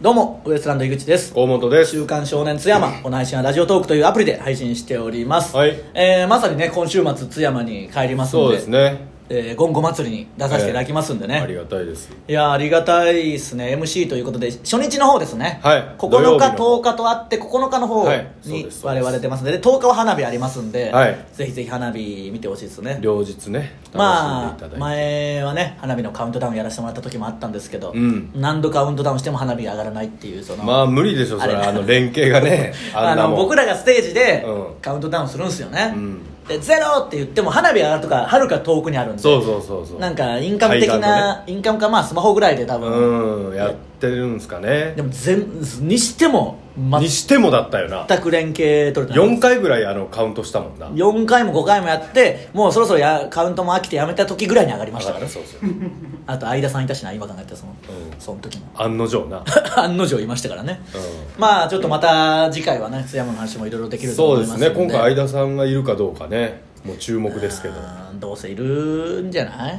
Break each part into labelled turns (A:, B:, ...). A: どうもウエストランド井口です
B: 大本です
A: 週刊少年津山 この配信はラジオトークというアプリで配信しております、
B: はい
A: えーまさにね今週末津山に帰りますので
B: そうですね
A: えーゴンゴ祭りに出させていただきますんでね、
B: ありがたいです
A: いやーありがたいですね MC ということで初日の方ですね、
B: はい土
A: 9
B: 曜日
A: 日
B: の
A: 10日とあって9日の方
B: はいそう
A: に
B: ですそう
A: 我
B: です
A: 々出ますので,、で10日は花火ありますんで、
B: はい
A: ぜひぜひ花火見てほしいですね
B: 両日ね
A: まあ
B: 楽しんでいただいて、
A: 前はね花火のカウントダウンやらせてもらった時もあったんですけど、
B: うん
A: 何度カウントダウンしても花火が上がらないっていうその、
B: まあ無理でしょそれ
A: あれ
B: あの連携が ね あ
A: あ
B: んな
A: の
B: もん
A: 僕らがステージで
B: うん
A: カウントダウンするんですよね、
B: うん
A: でゼロって言っても花火がとかはるか遠くにあるんで
B: そうそうそうそう
A: なんかインカム的な、インカムかまあスマホぐらいで多
B: 海岸
A: 分、
B: のねうんやってるんですかね
A: でも全にしても
B: にしてもだったよな
A: 全く連携取れてない
B: 4回ぐらいあのカウントしたもんな
A: 4回も5回もやってもうそろそろやカウントも飽きてやめた時ぐらいに上がりましたから
B: そうそう
A: あと相田さんいたしな今考えたらその,、
B: うん
A: その時も
B: 案の定な
A: 案の定いましたからね、
B: う
A: まあちょっとまた次回はね津山の話もいろいろできると
B: そう
A: 思
B: で
A: いますす
B: ね今回
A: 田
B: 相田さんがいるかどうかねもう注目ですけどい
A: どうせいるんじゃない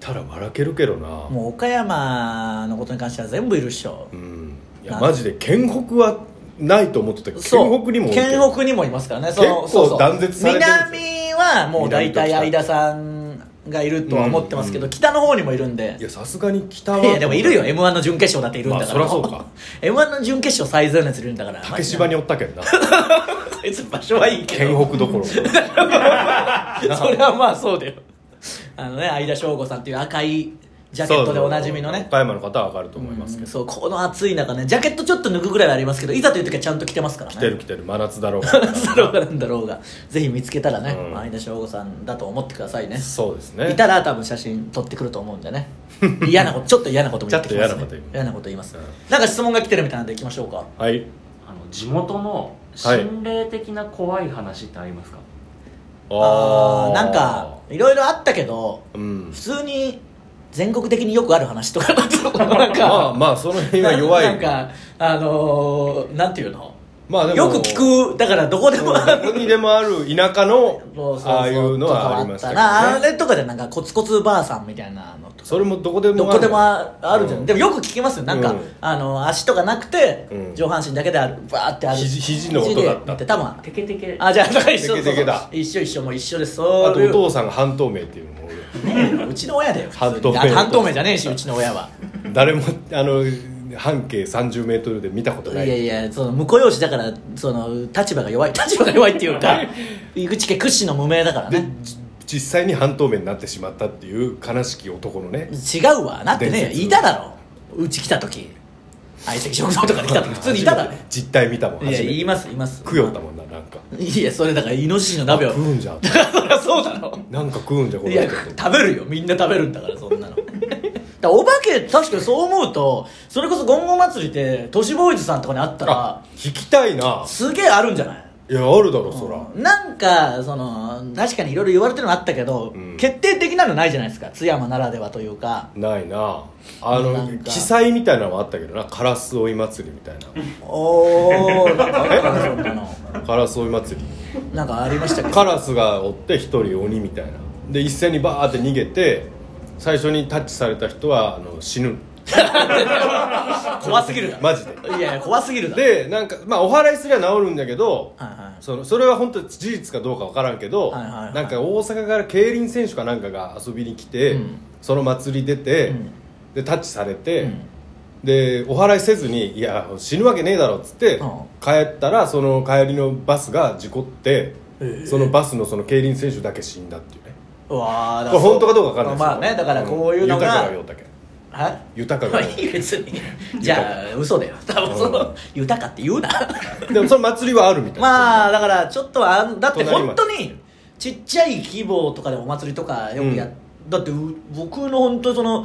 B: たら笑けるけどな
A: もう岡山のことに関しては全部いるっしょ、
B: うんいや
A: なん
B: マジで県北はないと思ってたけど
A: そう
B: 県北にも多いけど
A: 県北にもいますからねその
B: 結構
A: そうそう
B: 断絶されてるんですよ
A: 南はもう大体相
B: 南と北
A: 田さんがいるとは思ってますけど、
B: うん
A: 北の方にもいるんで
B: いやさすがに北は
A: やでもいるよ m 1の準決勝だっているんだから、
B: まあそりゃそ うか
A: m 1の準決勝最前列いるんだから
B: 竹芝におったけんな
A: あいつ場所はいいけど
B: 県北ど ころか
A: それはまあそうだよあのね相田翔吾さんっていう赤いジャケットでおなじみのね
B: 岡山の方は分かると思いますけど、
A: そうこの暑い中ねジャケットちょっと脱ぐぐらいはありますけどいざという時はちゃんと着てますからね
B: 来てる来てる真夏だろうから
A: だろうがなんだろうがぜひ見つけたらね、
B: うん
A: 相田翔吾さんだと思ってください ね
B: そうですね
A: いたら多分写真撮ってくると思うんで ね嫌なことちょっと嫌なことも言ってきます、ね、
B: ちょっと嫌なこと言う
A: 嫌なこと言います、
B: うん
A: なんか質問が来てるみたいなんでいきましょうか
B: はい
C: あの地元の
B: はい
C: 心霊的な怖い話ってありますか、
A: あーなんかいろいろあったけど
B: うん
A: 普通に全国的によくある話とかだとなんか
B: まあまあその辺は弱い
A: ななんかあのー、なんていうの
B: まあでも
A: よく聞くだからどこでもある
B: どこにでもある田舎の
A: そうそうそう
B: ああいうの
A: とか
B: は
A: は
B: あ
A: あ
B: りま
A: っ
B: したたけ
A: な、
B: ど、ね、
A: あれとかでなんかコツコツばあさんみたいなのとか
B: それもどこでも
A: どこでもああるじゃん、
B: うん
A: でもよく聞きますよなんか、
B: うん
A: あの足とかなくて、
B: うん
A: 上半身だけであるバーってある
B: 肘肘の音だった
A: 肘で多分
C: テケテケ
A: あじゃあだから一緒
B: テケテケだ
A: そうそう一緒一緒もう一緒です
B: あ
A: そう
B: と
A: い
B: お
A: う
B: 父さんが半透明っていうのも俺
A: ねえうちの親だよ普通に
B: 半透明
A: あ半透明じゃねえしうちの親は
B: 誰もあの半径3 0ルで見たこと
A: い
B: ない
A: やいやその婿養子だからその立場が弱い 立場が弱いっていう か井口家屈指の無名だから
B: で
A: ね
B: じ実際に半透明になってしまったっていう悲しき男のね
A: 違うわなってね
B: 伝説
A: いただろうち来た時相席食堂とかで来た 時普通にいただろ
B: 実態見たもん
A: いや
B: 初めて
A: 言います言います
B: 食よったもんななんか
A: いやそれだからイノシシの鍋を
B: 食うんじゃん
A: そりゃそうだろ
B: なんか食うんじゃんこ
A: い
B: れ
A: や食べるよみんな食べるんだからそんなのだからお化け確かにそう思うとそれこそゴンゴン祭りって都市ボーイズさんとかにあったら
B: あ聞きたいな
A: すげえあるんじゃない
B: いやあるだろそら
A: なんかその確かにいろいろ言われてるのあったけど、
B: うん
A: 決定的なのないじゃないですか津山ならではというか
B: ないなあ
A: な
B: の
A: んか
B: 記載みたいなのはあったけどなカラス追い祭りみたいな
A: おおんかそんなの
B: カラス追い祭り
A: なんかありましたっけ
B: カラスが追って一人鬼みたいなで一斉にバーって逃げて最初にタッチされた人はあの死ぬ
A: 怖すぎるだろ
B: マジで
A: いやいや怖すぎるだろ
B: でなんかまあお祓いすりゃ治るんだけど
A: はいはい
B: そのそれは本当に事実かどうかわからんけど、
A: はいはいはい
B: なんか大阪から競輪選手かなんかが遊びに来て、
A: うん
B: その祭り出て、
A: うん
B: でタッチされて、
A: うん
B: でお祓いせずに「いや死ぬわけねえだろ」っつって、
A: うん
B: 帰ったらその帰りのバスが事故って、そのバスのその競輪選手だけ死んだっていうね
A: うわーだ
B: これ本当かどうかわかんない
A: まあねだからこういうの
B: 豊
A: が、
B: かがよたけ
A: は
B: 豊か
A: まあ
B: が
A: いい別にじゃあ嘘だよ多分その豊かって言うな
B: でもその祭りはあるみたいな
A: まあだからちょっとはあんだって
B: 隣
A: 本
B: 町
A: 当にちっちゃい規模とかでお祭りとかよくやっ、だってう僕の本当その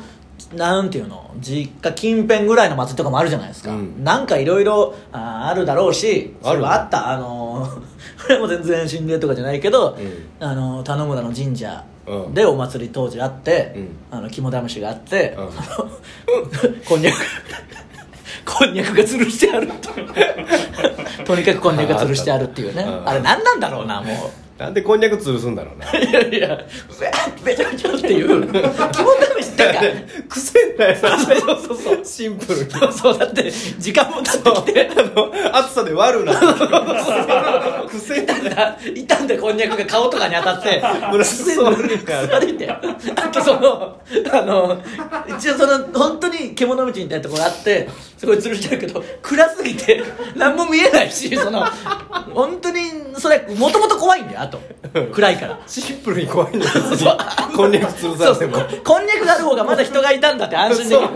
A: なんていうの実家近辺ぐらいの祭りとかもあるじゃないですか、
B: うん
A: なんかいろいろああるだろうし
B: ある
A: それはあったあの これも全然心霊とかじゃないけど、
B: う
A: あの田野村の神社
B: うん
A: でお祭り当時あって、
B: うん
A: あの肝試しがあって、
B: うん
A: あの こんにゃくこんにゃくが吊るしてあると とにかくこんにゃくが吊るしてあるっていうね
B: ああ
A: あ
B: った
A: れ何なんだろうなも
B: なんでこんにゃく吊るすんだろうな
A: ういやいやべべちゃべちゃっていう肝試しなんか
B: 癖ない さ
A: そうそうそう
B: シンプルに
A: そうそうだって時間も経ってきて
B: あの暑さで悪な ってくる癖
A: 痛んだ痛んだこんにゃくが顔とかに当たって
B: 紫
A: の
B: そう
A: 腐れてあとそのあの一応その本当に獣道みたいなところあってすごい吊るしてるけど暗すぎて何も見えないしその本当にそれもともと怖いんだよあと暗いから。
B: シンプルに怖いんだよ別にこんにゃくつる
A: そ
B: さ
A: うそ
B: れ
A: う
B: ても
A: ここんにゃくがある方がまだ人がいたんだって安心できるこ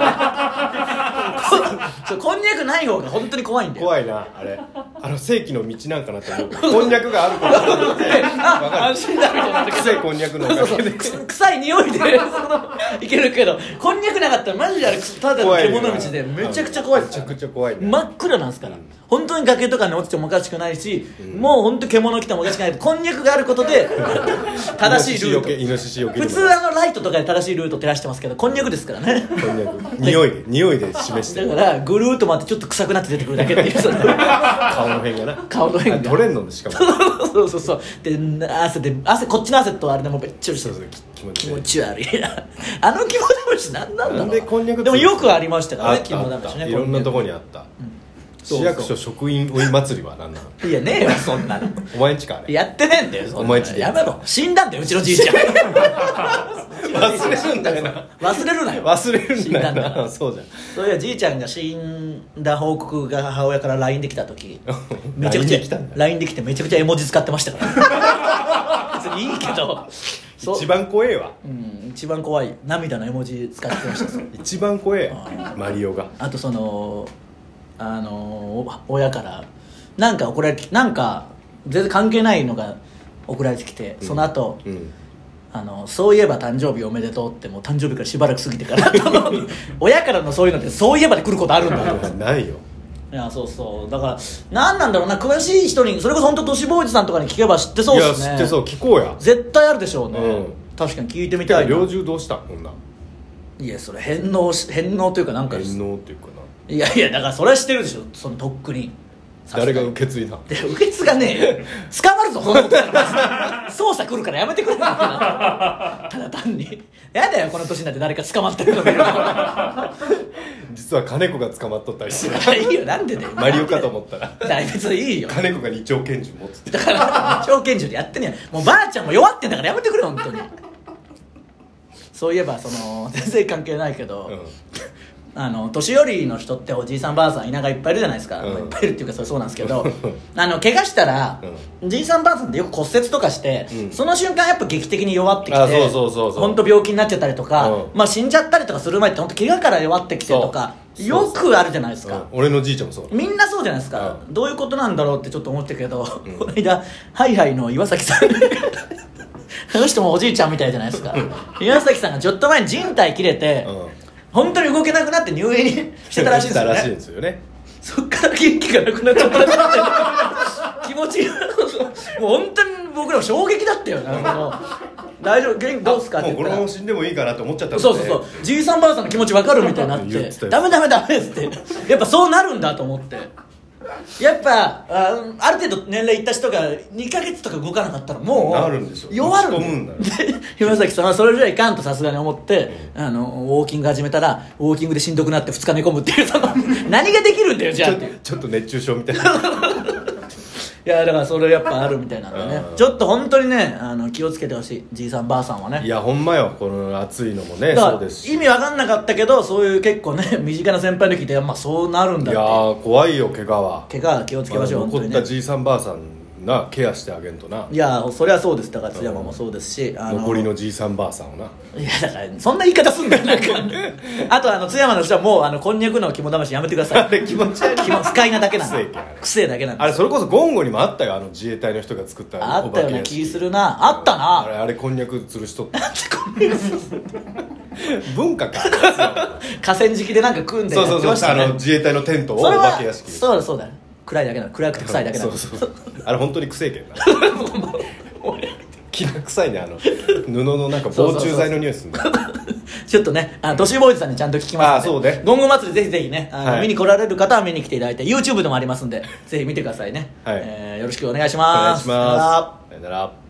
A: そうこんにゃくない方が本当に怖いんだよ
B: 怖いなあれあの世紀の道なんかなって思うこんにゃくがあるからわ
A: あ
B: かる
A: 安心だみたいになってくる
B: 臭いこんにゃくのお
A: そう
B: か
A: そう
B: げで
A: く臭い匂いでそのいけるけどこんにゃくなかったらマジであれただの
B: 怖いよ
A: 獣道でめちゃくちゃ怖い
B: め
A: です
B: ちゃ
A: から
B: くちゃ怖いね
A: 真っ暗なんですから、
B: うん
A: 本当に崖とかに落ちてもおかしくないし、もう本当獣来てもおかしくないこんにゃくがあること で正しいルー
B: イノシシよけイ
A: ト普
B: ノシシよ
A: 通あのライトとかで正しいルート照らしてますけどこんにゃくですからね
B: けにもこんにゃく匂いで匂いで示して
A: だ
B: る
A: からぐるーっと回ってちょっと臭くなって出てくるだけっていうその
B: 顔の辺がな
A: 顔の辺が
B: あ取れんのねしかも
A: そうそうそうで汗で汗こっちの汗とあれでもうべっちょりして
B: そう
A: る
B: そうき気持
A: 気
B: ち
A: 持
B: で
A: ち悪いなあの肝試し何なんだろう
B: なんでこんにゃく
A: でもよくありましたから
B: あ
A: ね
B: った
A: 肝
B: あっ
A: 試したね
B: いろんなとこ
A: に
B: にあった
A: そうそう
B: 市役所職員追い祭りは何なの
A: いやねえよそんなの
B: お前んちかあれ
A: やってねえんだよそんなの
B: お前んちで
A: やめろ死んだんだようちのじいちゃん
B: 忘れるんだよな
A: 忘れるなよ
B: 忘れる
A: 死
B: ん
A: ん
B: だ
A: だ
B: よ
A: んだか
B: な
A: ら
B: そうじゃん
A: そういやじいちゃんが死んだ報告が母親から LINE できた 時 めちゃく
B: LINE で来
A: ち
B: た
A: ゃ
B: んだ
A: LINE できてめちゃくちゃ絵文字使ってましたから 別にいいけどそう
B: 一番怖えわ
A: うん一番怖い涙の絵文字使ってました
B: 一番怖えマリオが
A: あとそのあのお親からなんか怒られてなんか全然関係ないのが送られてきて、その後、
B: うん
A: あのそういえば誕生日おめでとうってもう誕生日からしばらく過ぎてからあの親からのそういうのってそういえばで来ることあるんだと
B: ないよ
A: いやそうそうだから何なんだろうな詳しい人にそれこそ本当都市ボーイズさんとかに聞けば知ってそう
B: い
A: で
B: や
A: す
B: 知
A: ね
B: ってそう聞こうや
A: 絶対あるでしょうね、
B: うん
A: 確かに聞いてみ
B: て
A: た
B: か
A: いな
B: 猟銃どうしたこんない
A: やそれ返納し返納というかなんか
B: 返納っていうかない
A: やいやだからそれは知ってるでしょそのとっくに
B: 誰が受け継いだ
A: で受け継がねえよ捕まるぞそんなことやら捜査来るからやめてくれなただ単にやだよこの年になって誰か捕まってるの見るの
B: 実は金子が捕まっとった りして
A: いいよなんでだよ
B: マリオかと思ったら
A: 大別にいいよ
B: 金子が二丁拳銃持ってて
A: だから証券所でやってんねやもうばあちゃんも弱ってんだからやめてくれ本当にそういえばその全然関係ないけど、
B: う
A: あの年寄りの人っておじいさんばあさん田舎いっぱいいるじゃないですか、
B: うん
A: まあいっぱいいるっていうかそれそうなんですけどあの怪我したら、じいさんばあさんってよく骨折とかして、
B: うん
A: その瞬間やっぱ劇的に弱ってき
B: あ
A: て
B: そうそうそうそう
A: 本当病気になっちゃったりとか、
B: うん
A: まあ、死んじゃったりとかする前って本当怪我から弱ってきてとか
B: そう
A: よくあるじゃないですか、
B: ん俺のじいちゃんもそう
A: みんなそうじゃないですか、
B: う
A: どういうことなんだろうってちょっと思ってたけど、この間ハイハイの岩崎さんあの人もおじいちゃんみたいじゃないですか岩崎さんがちょっと前に人体切れて、
B: うん
A: 本当に動けなくなって入 院してたらしいんですよ
B: してたらしいん
A: ね
B: ですよね
A: そっから元気がなくなっちゃったらしい気持ちがもう本当に僕らも衝撃だったよなその大丈夫元気どうっすかって
B: も
A: 言
B: う
A: った
B: この
A: ら
B: まま死んでもいいかなと思っちゃったんで
A: そうそうそうじいさんばあさんの気持ち分かるみたいになっ
B: 言っててたよ
A: ダメダメダメですってやっぱそうなるんだと思ってやっぱあーある程度年齢いった人が2ヶ月とか動かなかったらもう
B: なるんでしょ
A: 弱る
B: 打ち込むんだよ
A: で 山崎さんはそれじゃいかんとさすがに思って、あのウォーキング始めたらウォーキングでしんどくなって2日寝込むっていう その何ができるんだよじ
B: ち
A: ゃあ
B: ょ
A: っていう
B: ちょっと熱中症みたい な
A: いやだからそれやっぱあるみたいなんでね
B: うん
A: ちょっと本当にねあの気をつけてほしいじいさんばあさんはね
B: いやほんまよこの暑いのもね
A: だ
B: そう
A: から
B: ですし
A: 意味わかんなかったけどそういう結構ね 身近な先輩の時で、まあ、そうなるん
B: い
A: だ
B: や
A: って
B: ー怖いよ怪我は
A: 怪我は気をつけましょう、
B: 残
A: 本
B: っ
A: 当
B: た
A: にね
B: じいさんばあさんなケアしてあげんとない
A: やそりゃそうですだから津山もそうですしあ
B: 残りのじいさんばあさんをない
A: やだからそんな言い方すんだよなんかあとあの津山の人はもうあのこんにゃくの肝試しやめてください
B: あれ気持ち悪い
A: 気も不快なだけなん
B: くせえけどあれ
A: くせえだけなん
B: あ
A: で
B: れそれこそゴンゴにもあったよあの自衛隊の人が作った
A: あったような
B: お化け屋敷
A: 気するなあったな
B: あれあれこんにゃく吊るしとった 文化か
A: 河川敷でなんか組んで
B: そう
A: や
B: そ
A: って
B: うそう、
A: ました
B: あ
A: ね
B: の自衛隊のテントをお
A: それ
B: 化
A: は
B: け屋敷に
A: そうだそうだ暗いだけなの暗くて臭いだけな
B: そ
A: の
B: う そうそうあれ本当に臭いけどな 気が臭いねあの布のなんか防虫剤の匂いするんだ
A: ちょっとね、あの、都市ボーイズさんにちゃんと聞きますので、
B: あそうね
A: ゴンゴ祭りぜひぜひね、あの、
B: はい
A: 見に来られる方は見に来ていただいて、YouTube でもありますんで、ぜひ見てくださいね。
B: はい
A: えーよろしくお願いします。
B: お願いしますさよなら